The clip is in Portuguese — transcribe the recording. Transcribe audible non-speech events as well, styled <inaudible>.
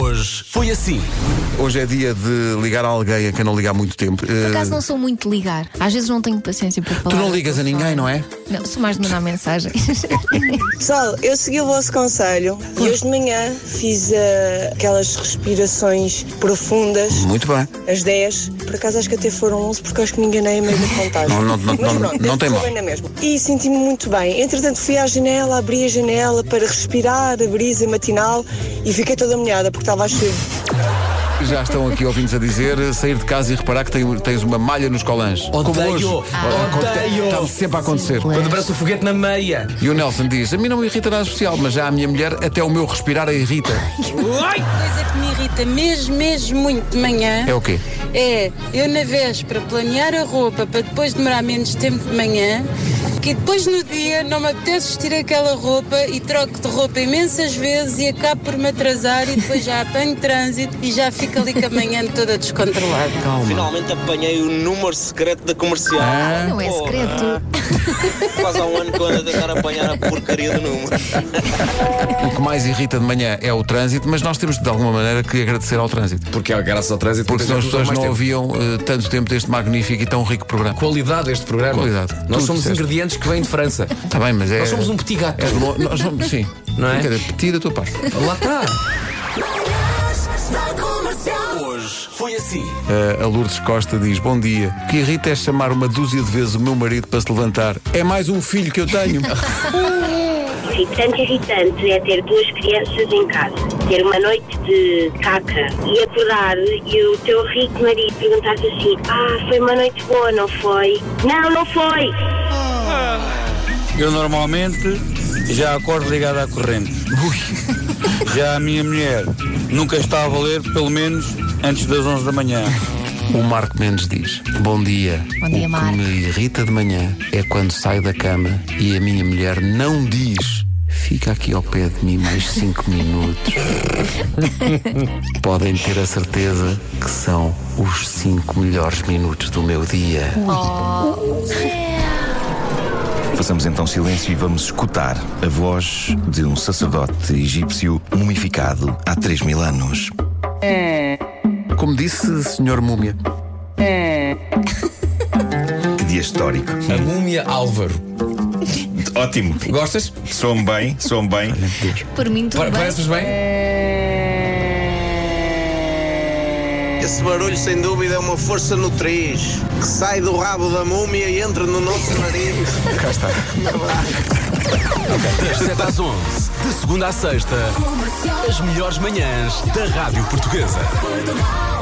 Hoje foi assim. Hoje é dia de ligar a alguém a quem não liga há muito tempo. Eh, Por acaso não sou muito de ligar. Às vezes não tenho paciência para falar. Tu não ligas a ninguém, não é? Não, sou mais de mandar <laughs> mensagens. Pessoal, eu segui o vosso conselho Hum. e hoje de manhã fiz ah, aquelas respirações profundas, Muito bem. as 10. Por acaso acho que até foram 11 porque acho que me enganei a meio da contagem. Não, não, não, Mas não, pronto, não tem correu mal. bem na mesma. E senti-me muito bem. Entretanto fui à janela, abri a janela para respirar a brisa matinal e fiquei toda molhada porque estava a chover. Já estão aqui ouvintes a dizer eh, sair de casa e reparar que tem- tens uma malha nos colãs. Odeio. Ah. Odeio. Está sempre a acontecer. Quando aparece o foguete na meia. E o Nelson diz: A mim não me irrita nada especial, mas já a minha mulher, até o meu respirar a irrita. Ai! coisa que me irrita mesmo, mesmo muito de manhã É o quê? é eu na véspera planear a roupa para depois demorar menos tempo de manhã, que depois no dia não me apetece vestir aquela roupa e troco de roupa imensas vezes e acabo por me atrasar e depois já apanho trânsito e já fico ali com a manhã toda descontrolada. Finalmente apanhei o número secreto da comercial. Ah. Não é Porra, secreto. Quase há um ano que eu ando a tentar apanhar a porcaria do número. O que mais irrita de manhã é o trânsito, mas nós temos de alguma maneira que agradecer ao trânsito. Porque é graças ao trânsito. Porque senão as pessoas não ouvem. ouviam eh, tanto tempo deste magnífico e tão rico programa. Qualidade deste programa. Qualidade. Nós Tudo somos disseste. ingredientes que vêm de França. Está bem, mas é. Nós somos um petit gâteau. é de lo- nós somos- sim. Não é? Quer dizer, Petit da tua parte. Lá está. Hoje foi assim. a Lourdes Costa diz: Bom dia. O que irrita é chamar uma dúzia de vezes o meu marido para se levantar. É mais um filho que <laughs> eu tenho. irritante, irritante é ter duas crianças em casa, ter uma noite de caca e acordar e o teu rico marido perguntar-te assim: Ah, foi uma noite boa, não foi? Não, não foi! Eu normalmente já acordo ligado à corrente. <laughs> Já a minha mulher nunca está a valer, pelo menos antes das 11 da manhã. o Marco Mendes diz: Bom dia. Bom dia, o Marco." que me irrita de manhã é quando saio da cama e a minha mulher não diz. Fica aqui ao pé de mim mais <laughs> cinco minutos. Podem ter a certeza que são os cinco melhores minutos do meu dia. Façamos então silêncio e vamos escutar a voz de um sacerdote egípcio mumificado há 3 mil anos. Como disse Senhor Múmia, Que dia histórico. É. A múmia Álvaro. Ótimo. Gostas? Soam bem, soam bem. Por mim, tudo Pa- bem. Pareces bem? Esse barulho, sem dúvida, é uma força nutriz que sai do rabo da múmia e entra no nosso nariz. Das 7 às 11, de segunda à sexta, as melhores manhãs da Rádio Portuguesa.